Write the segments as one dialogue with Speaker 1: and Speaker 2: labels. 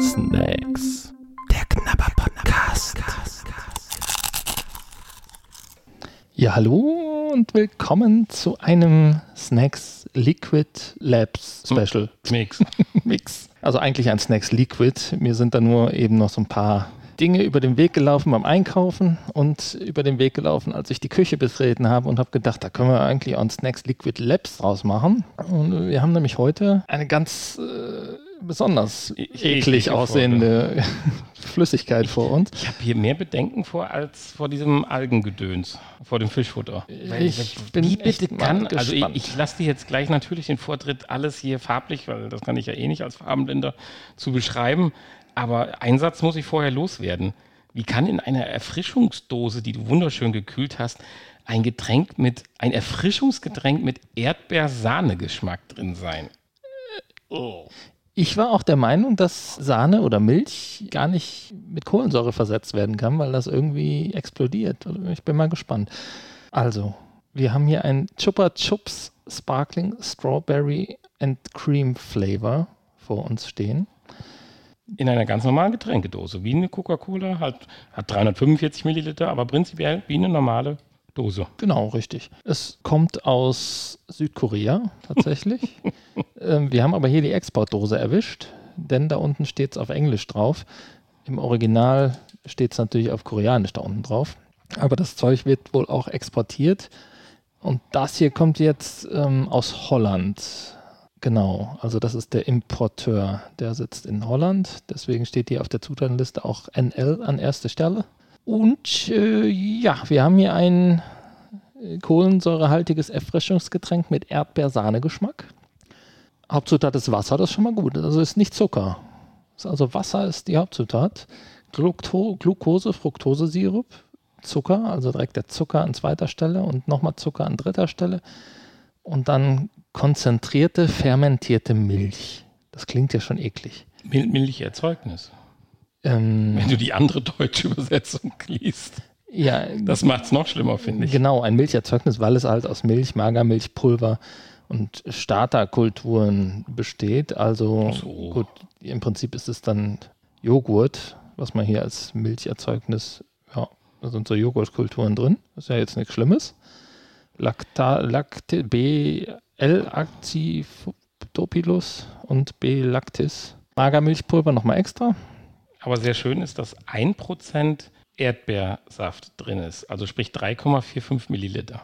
Speaker 1: Snacks. Der Knapper Podcast. Ja, hallo und willkommen zu einem Snacks Liquid Labs
Speaker 2: Hm,
Speaker 1: Special
Speaker 2: Mix.
Speaker 1: Mix. Also eigentlich ein Snacks Liquid. Mir sind da nur eben noch so ein paar Dinge über den Weg gelaufen beim Einkaufen und über den Weg gelaufen, als ich die Küche betreten habe und habe gedacht, da können wir eigentlich auch ein Snacks Liquid Labs draus machen. Und wir haben nämlich heute eine ganz äh, besonders
Speaker 2: E-
Speaker 1: eklig
Speaker 2: eklige
Speaker 1: aussehende Flüssigkeit vor uns.
Speaker 2: Ich habe hier mehr Bedenken vor als vor diesem Algengedöns, vor dem Fischfutter.
Speaker 1: Ich bin
Speaker 2: Wie
Speaker 1: echt
Speaker 2: bitte
Speaker 1: mal
Speaker 2: kann, also ich,
Speaker 1: gespannt.
Speaker 2: ich lasse dir jetzt gleich natürlich den Vortritt, alles hier farblich, weil das kann ich ja eh nicht als Farbenblinder zu beschreiben, aber einen Satz muss ich vorher loswerden. Wie kann in einer Erfrischungsdose, die du wunderschön gekühlt hast, ein Getränk mit, ein Erfrischungsgetränk mit Erdbeersahnegeschmack drin sein?
Speaker 1: Ich war auch der Meinung, dass Sahne oder Milch gar nicht mit Kohlensäure versetzt werden kann, weil das irgendwie explodiert. Also Ich bin mal gespannt. Also, wir haben hier einen Chupa Chups Sparkling Strawberry and Cream Flavor vor uns stehen.
Speaker 2: In einer ganz normalen Getränkedose, wie eine Coca-Cola, hat, hat 345 Milliliter, aber prinzipiell wie eine normale Dose.
Speaker 1: Genau, richtig. Es kommt aus Südkorea tatsächlich. ähm, wir haben aber hier die Exportdose erwischt, denn da unten steht es auf Englisch drauf. Im Original steht es natürlich auf Koreanisch da unten drauf. Aber das Zeug wird wohl auch exportiert. Und das hier kommt jetzt ähm, aus Holland. Genau, also das ist der Importeur. Der sitzt in Holland. Deswegen steht hier auf der Zutatenliste auch NL an erster Stelle. Und äh, ja, wir haben hier ein äh, kohlensäurehaltiges Erfrischungsgetränk mit Erdbeersahnegeschmack. Hauptzutat ist Wasser, das ist schon mal gut. Also ist nicht Zucker. Ist Also Wasser ist die Hauptzutat. Glucto Glucose, Fructosesirup, Zucker, also direkt der Zucker an zweiter Stelle und nochmal Zucker an dritter Stelle. Und dann konzentrierte, fermentierte Milch. Das klingt ja schon eklig.
Speaker 2: Mil Milcherzeugnis.
Speaker 1: Ähm,
Speaker 2: Wenn du die andere deutsche Übersetzung liest,
Speaker 1: ja,
Speaker 2: das macht es noch schlimmer, finde ich.
Speaker 1: Genau, ein Milcherzeugnis, weil es halt aus Milch, Magermilch, Pulver und Starterkulturen besteht. Also
Speaker 2: Ach so.
Speaker 1: gut, im Prinzip ist es dann Joghurt, was man hier als Milcherzeugnis, ja, da sind so Joghurtkulturen drin. Ist ja jetzt nichts Schlimmes. Lacta, Lacti, B, L, Actifopilus und B, Lactis. Magermilchpulver nochmal extra.
Speaker 2: Aber sehr schön ist, dass 1% Erdbeersaft drin ist. Also sprich 3,45 Milliliter.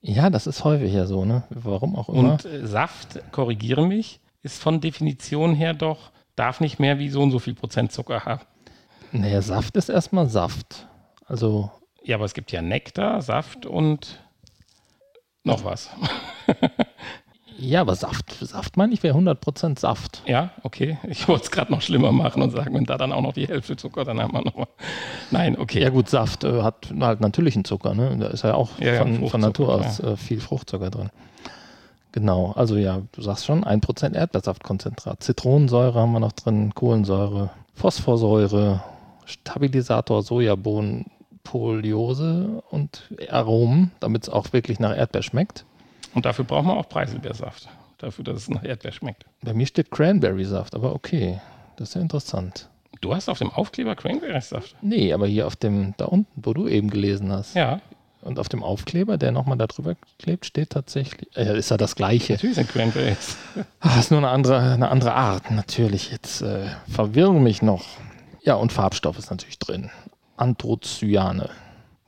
Speaker 1: Ja, das ist häufig ja so, ne? Warum auch immer.
Speaker 2: Und äh, Saft, korrigiere mich, ist von Definition her doch, darf nicht mehr wie so und so viel Prozent Zucker haben.
Speaker 1: Naja, Saft ist erstmal Saft. Also,
Speaker 2: Ja, aber es gibt ja Nektar, Saft und noch was.
Speaker 1: ja, aber Saft, Saft meine ich wäre 100% Saft.
Speaker 2: Ja, okay. Ich wollte es gerade noch schlimmer machen und sagen, wenn da dann auch noch die Hälfte Zucker, dann haben wir nochmal. Nein, okay.
Speaker 1: Ja, gut, Saft äh, hat halt natürlichen Zucker, ne? Da ist ja auch
Speaker 2: Ja, ja,
Speaker 1: von, von
Speaker 2: Fruchtzucker,
Speaker 1: Natur aus äh, viel Fruchtzucker drin. Genau, also ja, du sagst schon, 1% Erdbeersaftkonzentrat. Zitronensäure haben wir noch drin, Kohlensäure, Phosphorsäure, Stabilisator, Sojabohnen, Poliose und Aromen, damit es auch wirklich nach Erdbeer schmeckt.
Speaker 2: Und dafür braucht man auch Preiselbeersaft. Dafür, dass es nach Erdbeer schmeckt.
Speaker 1: Bei mir steht Cranberry-Saft, aber okay, das ist ja interessant.
Speaker 2: Du hast auf dem Aufkleber Cranberry-Saft.
Speaker 1: Nee, aber hier auf dem, da unten, wo du eben gelesen hast.
Speaker 2: Ja,
Speaker 1: Und auf dem Aufkleber, der nochmal da drüber klebt, steht tatsächlich, äh, ist ja das Gleiche.
Speaker 2: natürlich sind Cranberries.
Speaker 1: Ah, ist nur eine andere, eine andere Art, natürlich. Jetzt äh, verwirren mich noch. Ja, und Farbstoff ist natürlich drin. Anthrocyane.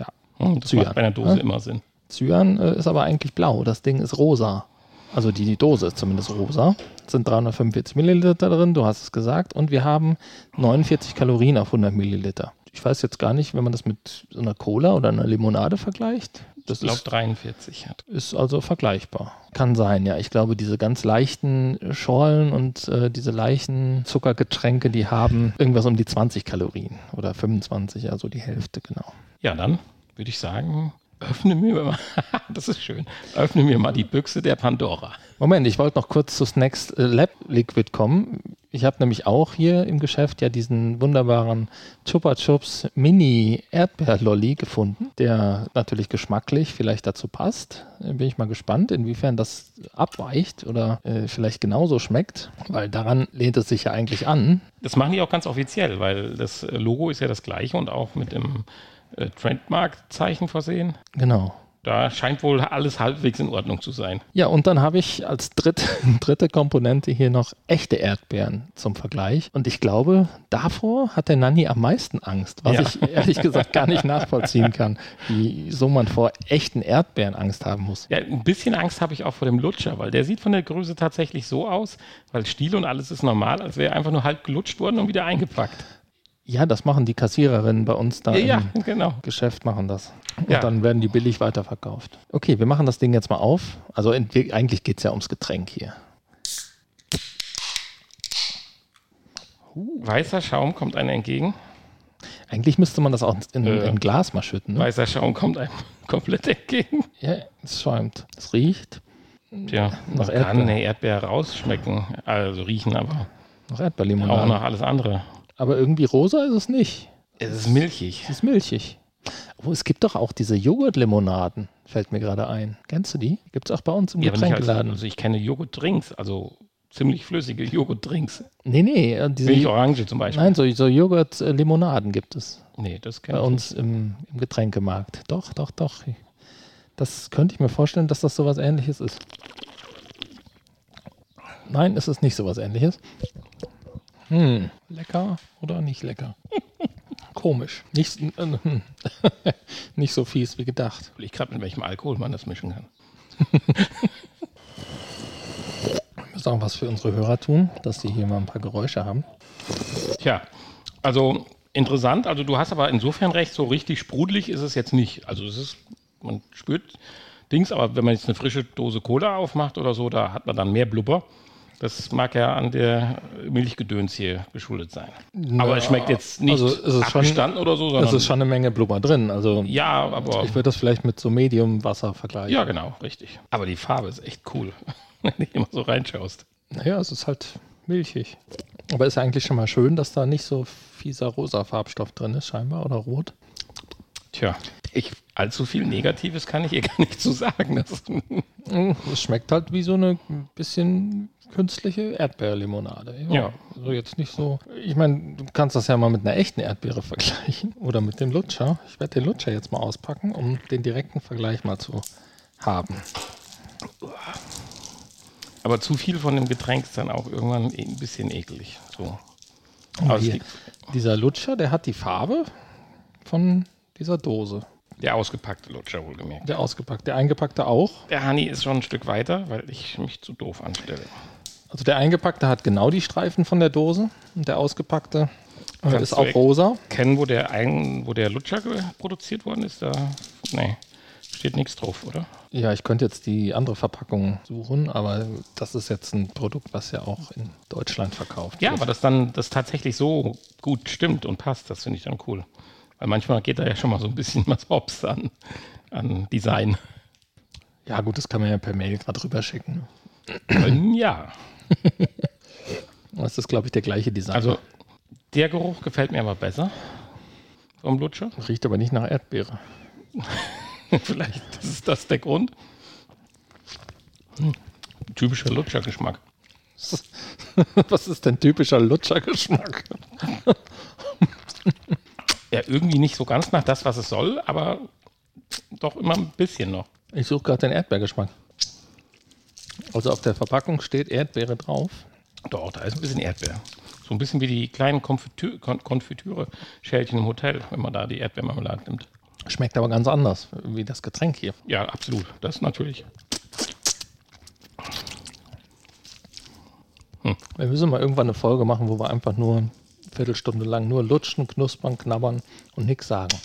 Speaker 1: Ja,
Speaker 2: Hm, Das
Speaker 1: Cyan.
Speaker 2: macht bei einer Dose
Speaker 1: Ja.
Speaker 2: immer Sinn.
Speaker 1: Cyan äh, ist aber eigentlich blau. Das Ding ist rosa. Also die, die Dose ist zumindest rosa. Es sind 345 Milliliter drin, du hast es gesagt. Und wir haben 49 Kalorien auf 100 Milliliter. Ich weiß jetzt gar nicht, wenn man das mit so einer Cola oder einer Limonade vergleicht. Das
Speaker 2: Ich glaube
Speaker 1: ist,
Speaker 2: 43 hat.
Speaker 1: ist also vergleichbar. Kann sein, ja. Ich glaube, diese ganz leichten Schorlen und äh, diese leichten Zuckergetränke, die haben irgendwas um die 20 Kalorien oder 25, also die Hälfte genau.
Speaker 2: Ja, dann würde ich sagen, öffne mir mal, das ist schön, öffne mir mal die Büchse der Pandora.
Speaker 1: Moment, ich wollte noch kurz zu Snacks äh, Lab Liquid kommen. Ich habe nämlich auch hier im Geschäft ja diesen wunderbaren Chupa Chups Mini Erdbeerlolli gefunden, der natürlich geschmacklich vielleicht dazu passt. Äh, Bin ich mal gespannt, inwiefern das abweicht oder äh, vielleicht genauso schmeckt, weil daran lehnt es sich ja eigentlich an.
Speaker 2: Das machen die auch ganz offiziell, weil das äh, Logo ist ja das gleiche und auch mit dem äh, Trademark-Zeichen versehen.
Speaker 1: Genau.
Speaker 2: Da scheint wohl alles halbwegs in Ordnung zu sein.
Speaker 1: Ja, und dann habe ich als dritte, dritte Komponente hier noch echte Erdbeeren zum Vergleich. Und ich glaube, davor hat der Nanni am meisten Angst, was
Speaker 2: Ja.
Speaker 1: ich ehrlich gesagt gar nicht nachvollziehen kann, wieso man vor echten Erdbeeren Angst haben muss.
Speaker 2: Ja, ein bisschen Angst habe ich auch vor dem Lutscher, weil der sieht von der Größe tatsächlich so aus, weil Stiel und alles ist normal, als wäre er einfach nur halb gelutscht worden und wieder eingepackt.
Speaker 1: Ja, das machen die Kassiererinnen bei uns da
Speaker 2: Ja, ja
Speaker 1: im
Speaker 2: genau.
Speaker 1: Geschäft, machen das. Und
Speaker 2: Ja.
Speaker 1: dann werden die billig weiterverkauft. Okay, wir machen das Ding jetzt mal auf. Also in, eigentlich geht es ja ums Getränk hier.
Speaker 2: Weißer Schaum kommt einem entgegen.
Speaker 1: Eigentlich müsste man das auch in,
Speaker 2: Äh.
Speaker 1: in ein Glas mal schütten. Ne?
Speaker 2: Weißer Schaum kommt einem komplett entgegen.
Speaker 1: Ja, es schäumt. Es riecht
Speaker 2: Tja, man
Speaker 1: Nach
Speaker 2: kann
Speaker 1: Erdbeer.
Speaker 2: eine Erdbeere rausschmecken, also riechen, aber
Speaker 1: nach
Speaker 2: auch
Speaker 1: Erdbeerlimonade.
Speaker 2: nach alles andere.
Speaker 1: Aber irgendwie rosa ist es nicht.
Speaker 2: Es ist milchig.
Speaker 1: Es ist milchig. Oh, es gibt doch auch diese Joghurtlimonaden, fällt mir gerade ein. Kennst du die? Gibt es auch bei uns im
Speaker 2: Ja, aber nicht als,
Speaker 1: Getränkeladen.
Speaker 2: also ich kenne Joghurtdrinks, also ziemlich flüssige Joghurtdrinks.
Speaker 1: nee, nee, äh, diese.
Speaker 2: Milchorange zum Beispiel.
Speaker 1: Nein, so, so Joghurt-Limonaden gibt es
Speaker 2: Nee, das
Speaker 1: bei
Speaker 2: kenne ich
Speaker 1: uns im, im Getränkemarkt. Doch, doch, doch. Das könnte ich mir vorstellen, dass das sowas ähnliches ist. Nein, es ist nicht sowas ähnliches. Hm, lecker oder nicht lecker? Komisch. Nicht, äh, hm. nicht so fies wie gedacht.
Speaker 2: nicht. Ich gerade mit welchem Alkohol man das mischen kann.
Speaker 1: Wir müssen auch was für unsere Hörer tun, dass sie hier mal ein paar Geräusche haben.
Speaker 2: Tja, also interessant. Also du hast aber insofern recht, so richtig sprudelig ist es jetzt nicht. Also es ist, man spürt Dings, aber wenn man jetzt eine frische Dose Cola aufmacht oder so, da hat man dann mehr Blubber. Das mag ja an der Milchgedöns hier geschuldet sein. aber es schmeckt jetzt nicht
Speaker 1: also es ist schon-
Speaker 2: abgestanden oder so,
Speaker 1: Es
Speaker 2: sondern
Speaker 1: ist schon eine Menge Blubber drin. Also
Speaker 2: ja, aber
Speaker 1: ich würde das vielleicht mit so Medium-Wasser vergleichen.
Speaker 2: ja genau, richtig. Aber die Farbe ist echt cool, wenn du immer so reinschaust.
Speaker 1: Naja, es ist halt milchig. Aber ist ja eigentlich schon mal schön, dass da nicht so fieser rosa Farbstoff drin ist, scheinbar, oder rot.
Speaker 2: Tja, ich, allzu viel Negatives kann ich ihr gar nicht zu sagen. Das,
Speaker 1: Es schmeckt halt wie so eine bisschen künstliche Erdbeerlimonade.
Speaker 2: Ja.
Speaker 1: Also jetzt nicht so. Ich meine, du kannst das ja mal mit einer echten Erdbeere vergleichen oder mit dem Lutscher. Ich werde den Lutscher jetzt mal auspacken, um den direkten Vergleich mal zu haben.
Speaker 2: Aber zu viel von dem Getränk ist dann auch irgendwann eh ein bisschen eklig. So. Aber es
Speaker 1: Oh, Hier,
Speaker 2: liegt-
Speaker 1: dieser Lutscher, der hat die Farbe von dieser Dose.
Speaker 2: der ausgepackte Lutscher wohlgemerkt.
Speaker 1: Der ausgepackte, der eingepackte auch.
Speaker 2: Der Hani ist schon ein Stück weiter, weil ich mich zu doof anstelle.
Speaker 1: Also der eingepackte hat genau die Streifen von der Dose und der ausgepackte äh,
Speaker 2: Kannst
Speaker 1: ist
Speaker 2: du
Speaker 1: auch
Speaker 2: echt-
Speaker 1: rosa.
Speaker 2: Kennen, wo der, ein, wo der Lutscher ge- produziert worden ist? Da, nee, steht nichts drauf, oder?
Speaker 1: Ja, ich könnte jetzt die andere Verpackung suchen, aber das ist jetzt ein Produkt, was ja auch in Deutschland verkauft
Speaker 2: Ja,
Speaker 1: wird.
Speaker 2: aber das dann das tatsächlich so gut stimmt und passt, das finde ich dann cool. Weil manchmal geht da ja schon mal so ein bisschen was hops an, an Design.
Speaker 1: Ja gut, das kann man ja per Mail gerade rüberschicken.
Speaker 2: Ähm, ja,
Speaker 1: Das ist, glaube ich, der gleiche Design.
Speaker 2: also der Geruch gefällt mir aber besser vom Lutscher.
Speaker 1: riecht aber nicht nach Erdbeere.
Speaker 2: Vielleicht ist das der Grund. Hm. Typischer Lutschergeschmack.
Speaker 1: Was ist denn typischer Lutschergeschmack?
Speaker 2: Ja, irgendwie nicht so ganz nach das, was es soll, aber doch immer ein bisschen noch.
Speaker 1: Ich suche gerade den Erdbeergeschmack. Also auf der Verpackung steht Erdbeere drauf.
Speaker 2: Doch, da ist ein bisschen Erdbeer. So ein bisschen wie die kleinen Konfitü- Kon Konfitüre-Schälchen im Hotel, wenn man da die Erdbeermarmelade nimmt.
Speaker 1: Schmeckt aber ganz anders, wie das Getränk hier.
Speaker 2: Ja, absolut. Das natürlich.
Speaker 1: Wir müssen mal irgendwann eine Folge machen, wo wir einfach nur eine Viertelstunde lang nur lutschen, knuspern, knabbern und nichts sagen.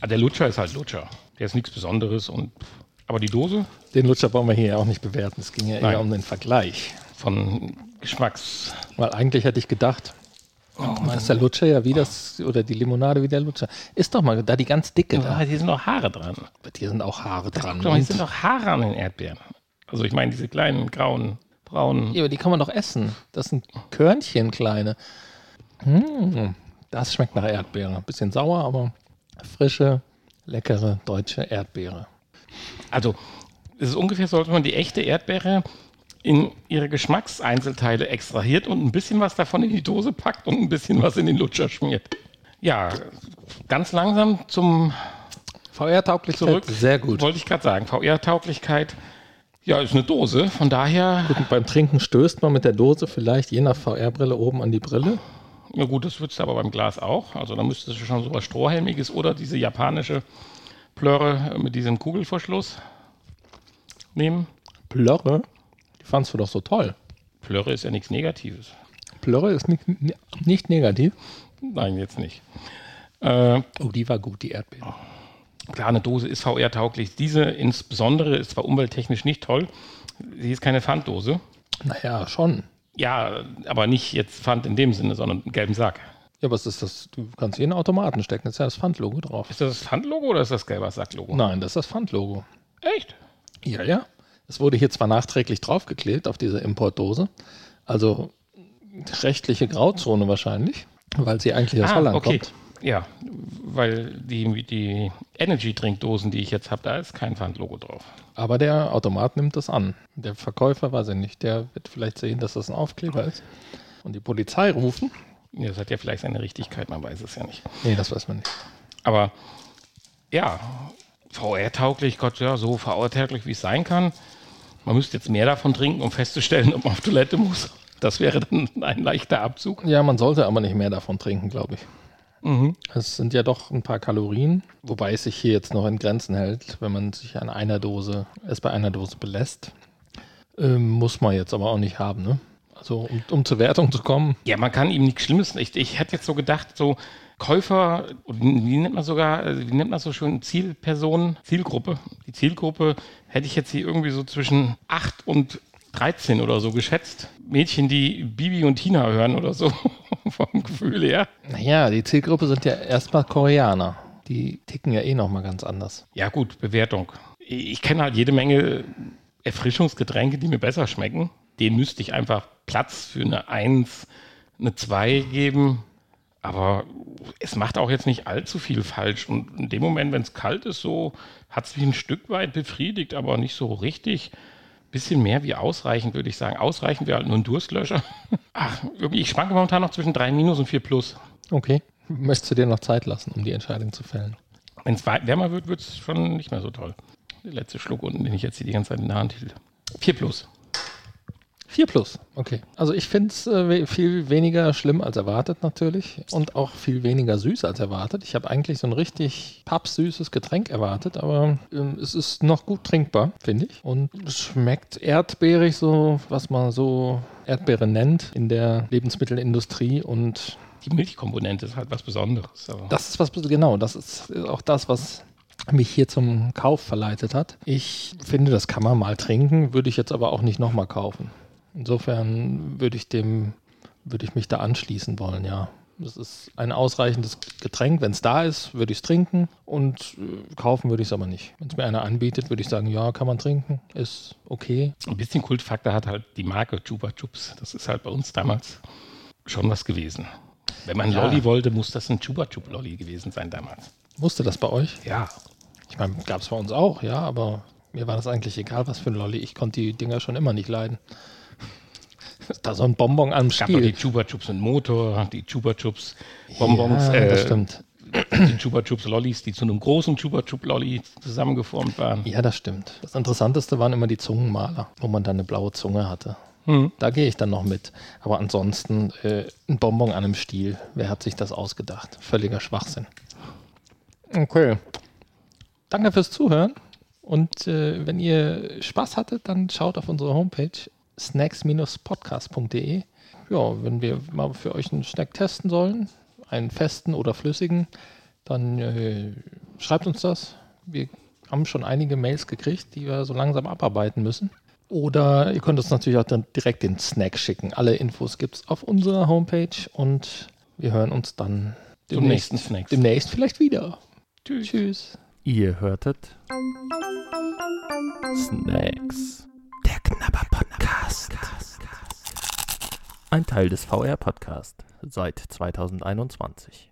Speaker 2: Ah, der Lutscher ist halt Lutscher. Der ist nichts Besonderes. Und, aber die Dose
Speaker 1: Den Lutscher wollen wir hier ja auch nicht bewerten. Es ging ja
Speaker 2: Nein.
Speaker 1: eher um den Vergleich.
Speaker 2: von Geschmacks...
Speaker 1: Weil eigentlich hätte ich gedacht, Oh, das ist der Lutscher ja wie das, oder die Limonade wie der Lutscher. Ist doch mal da die ganz dicke
Speaker 2: Ah,
Speaker 1: da.
Speaker 2: hier sind noch Haare dran.
Speaker 1: Hier sind auch Haare dran.
Speaker 2: Guck mal, hier sind
Speaker 1: Und-
Speaker 2: noch Haare an den Erdbeeren. Also ich meine diese kleinen, grauen, braunen.
Speaker 1: Ja, aber die kann man doch essen. Das sind Körnchen kleine. Mm, das schmeckt nach Erdbeere. Bisschen sauer, aber frische, leckere deutsche Erdbeere.
Speaker 2: Also es ist ungefähr so, als wenn man die echte Erdbeere in ihre Geschmackseinzelteile extrahiert und ein bisschen was davon in die Dose packt und ein bisschen was in den Lutscher schmiert. Ja, ganz langsam zum
Speaker 1: VR-Tauglichkeit
Speaker 2: Zurück.
Speaker 1: sehr gut.
Speaker 2: Wollte ich gerade sagen, VR-Tauglichkeit. Ja, ist eine Dose, von daher,
Speaker 1: Und beim Trinken stößt man mit der Dose vielleicht je nach VR-Brille oben an die Brille.
Speaker 2: na gut, das würdest du aber beim Glas auch. Also da müsstest du schon so was Strohhelmiges oder diese japanische Plörre mit diesem Kugelverschluss nehmen.
Speaker 1: Plörre, die fandst du doch so toll.
Speaker 2: Plörre ist ja nichts Negatives.
Speaker 1: Plörre ist nicht, ne, nicht negativ.
Speaker 2: Nein, jetzt nicht. Äh,
Speaker 1: Oh, die war gut, die Erdbeere.
Speaker 2: klar, eine Dose ist VR-tauglich. Diese insbesondere ist zwar umwelttechnisch nicht toll, sie ist keine Pfanddose.
Speaker 1: Naja, schon.
Speaker 2: Ja, aber nicht jetzt Pfand in dem Sinne, sondern einen gelben Sack.
Speaker 1: Ja, was ist das? Du kannst jeden Automaten stecken. Das ist ja das Pfandlogo drauf.
Speaker 2: Ist das das Pfandlogo oder ist das gelber Sack-Logo?
Speaker 1: Nein, das ist das Pfandlogo.
Speaker 2: Echt?
Speaker 1: Ja, ja. Es wurde hier zwar nachträglich draufgeklebt auf diese Importdose, also rechtliche Grauzone wahrscheinlich, weil sie eigentlich aus Holland kommt.
Speaker 2: Ah, Ja, weil die, die Energy-Trinkdosen, die ich jetzt habe, da ist kein Pfandlogo drauf.
Speaker 1: Aber der Automat nimmt das an. Der Verkäufer, weiß ich nicht, der wird vielleicht sehen, dass das ein Aufkleber ist und die Polizei rufen.
Speaker 2: Ja, Das hat ja vielleicht seine Richtigkeit, man weiß es ja nicht.
Speaker 1: Nee, das weiß man nicht.
Speaker 2: Aber ja, VR-tauglich, Gott, ja, so VR-tauglich, wie es sein kann. Man müsste jetzt mehr davon trinken, um festzustellen, ob man auf Toilette muss. Das wäre dann ein leichter Abzug.
Speaker 1: Ja, man sollte aber nicht mehr davon trinken, glaube ich. Es sind ja doch ein paar Kalorien, wobei es sich hier jetzt noch in Grenzen hält, wenn man sich an einer Dose, es bei einer Dose belässt. Ähm, muss man jetzt aber auch nicht haben, ne? Also, um, um zur Wertung zu kommen,
Speaker 2: Ja, man kann ihm nichts Schlimmes. Ich, ich hätte jetzt so gedacht, so Käufer, wie nennt man sogar, äh, wie nennt man so schön, Zielpersonen, Zielgruppe. Die Zielgruppe hätte ich jetzt hier irgendwie so zwischen 8 und 13 oder so geschätzt. Mädchen, die Bibi und Tina hören oder so, vom Gefühl her.
Speaker 1: naja, die Zielgruppe sind ja erstmal Koreaner. Die ticken ja eh nochmal ganz anders.
Speaker 2: Ja, gut, Bewertung. Ich kenne halt jede Menge Erfrischungsgetränke, die mir besser schmecken. Den müsste ich einfach Platz für eine 1, eine 2 geben. Aber es macht auch jetzt nicht allzu viel falsch. Und in dem Moment, wenn es kalt ist, so hat es mich ein Stück weit befriedigt, aber nicht so richtig. Bisschen mehr wie ausreichend, würde ich sagen. Ausreichend wäre halt nur ein Durstlöscher. Ach, irgendwie, ich schwanke momentan noch zwischen 3 minus und 4 plus.
Speaker 1: Okay. Möchtest du dir noch Zeit lassen, um die Entscheidung zu fällen?
Speaker 2: Wenn es wärmer wird, wird es schon nicht mehr so toll. Der letzte Schluck unten, den ich jetzt hier die ganze Zeit in der Hand hielt. 4 plus.
Speaker 1: 4 plus, okay. Also ich finde es äh, we- viel weniger schlimm als erwartet natürlich und auch viel weniger süß als erwartet. Ich habe eigentlich so ein richtig pappsüßes Getränk erwartet, aber ähm, es ist noch gut trinkbar, finde ich. Und es schmeckt erdbeerig, so was man so Erdbeere nennt in der Lebensmittelindustrie. Und
Speaker 2: Die Milchkomponente ist halt was Besonderes. Aber
Speaker 1: das ist was, genau, das ist auch das, was mich hier zum Kauf verleitet hat. Ich finde, das kann man mal trinken, würde ich jetzt aber auch nicht nochmal kaufen. Insofern würde ich dem, würde ich mich da anschließen wollen, ja. Das ist ein ausreichendes Getränk. Wenn es da ist, würde ich es trinken und äh, kaufen würde ich es aber nicht. Wenn es mir einer anbietet, würde ich sagen, ja, kann man trinken, ist okay.
Speaker 2: ein bisschen Kultfaktor hat halt die Marke Chupa Chups. Das ist halt bei uns damals schon was gewesen. Wenn man
Speaker 1: Ja.
Speaker 2: Lolli wollte, muss das ein Chupa Chup Lolli gewesen sein damals.
Speaker 1: Musste das bei euch?
Speaker 2: Ja.
Speaker 1: Ich meine, gab es bei uns auch, ja, aber mir war das eigentlich egal, was für ein Lolli. Ich konnte die Dinger schon immer nicht leiden. Da so ein Bonbon am
Speaker 2: Gab doch die
Speaker 1: Stiel.
Speaker 2: Chupa Chups mit Motor, die Chupa Chups Bonbons,
Speaker 1: ja, das
Speaker 2: äh,
Speaker 1: stimmt.
Speaker 2: die Chupa Chups Lollis, die zu einem großen Chupa Chup Lolli zusammengeformt waren.
Speaker 1: Ja, das stimmt. Das Interessanteste waren immer die Zungenmaler, wo man dann eine blaue Zunge hatte.
Speaker 2: Hm.
Speaker 1: Da gehe ich dann noch mit. Aber ansonsten äh, ein Bonbon an einem Stiel. Wer hat sich das ausgedacht? Völliger Schwachsinn. Okay. Danke fürs Zuhören. Und äh, wenn ihr Spaß hattet, dann schaut auf unsere Homepage snacks-podcast.de. Ja, wenn wir mal für euch einen Snack testen sollen, einen festen oder flüssigen, dann äh, schreibt uns das. Wir haben schon einige Mails gekriegt, die wir so langsam abarbeiten müssen. Oder ihr könnt uns natürlich auch dann direkt den Snack schicken. Alle Infos gibt es auf unserer Homepage und
Speaker 3: Wir hören uns dann
Speaker 2: Zum nächsten Snacks.
Speaker 3: demnächst vielleicht wieder.
Speaker 2: Tschüss.
Speaker 3: Tschüss.
Speaker 1: Ihr hörtet Snacks. Der Knabber Podcast. Ein Teil des VR Podcast seit 2021.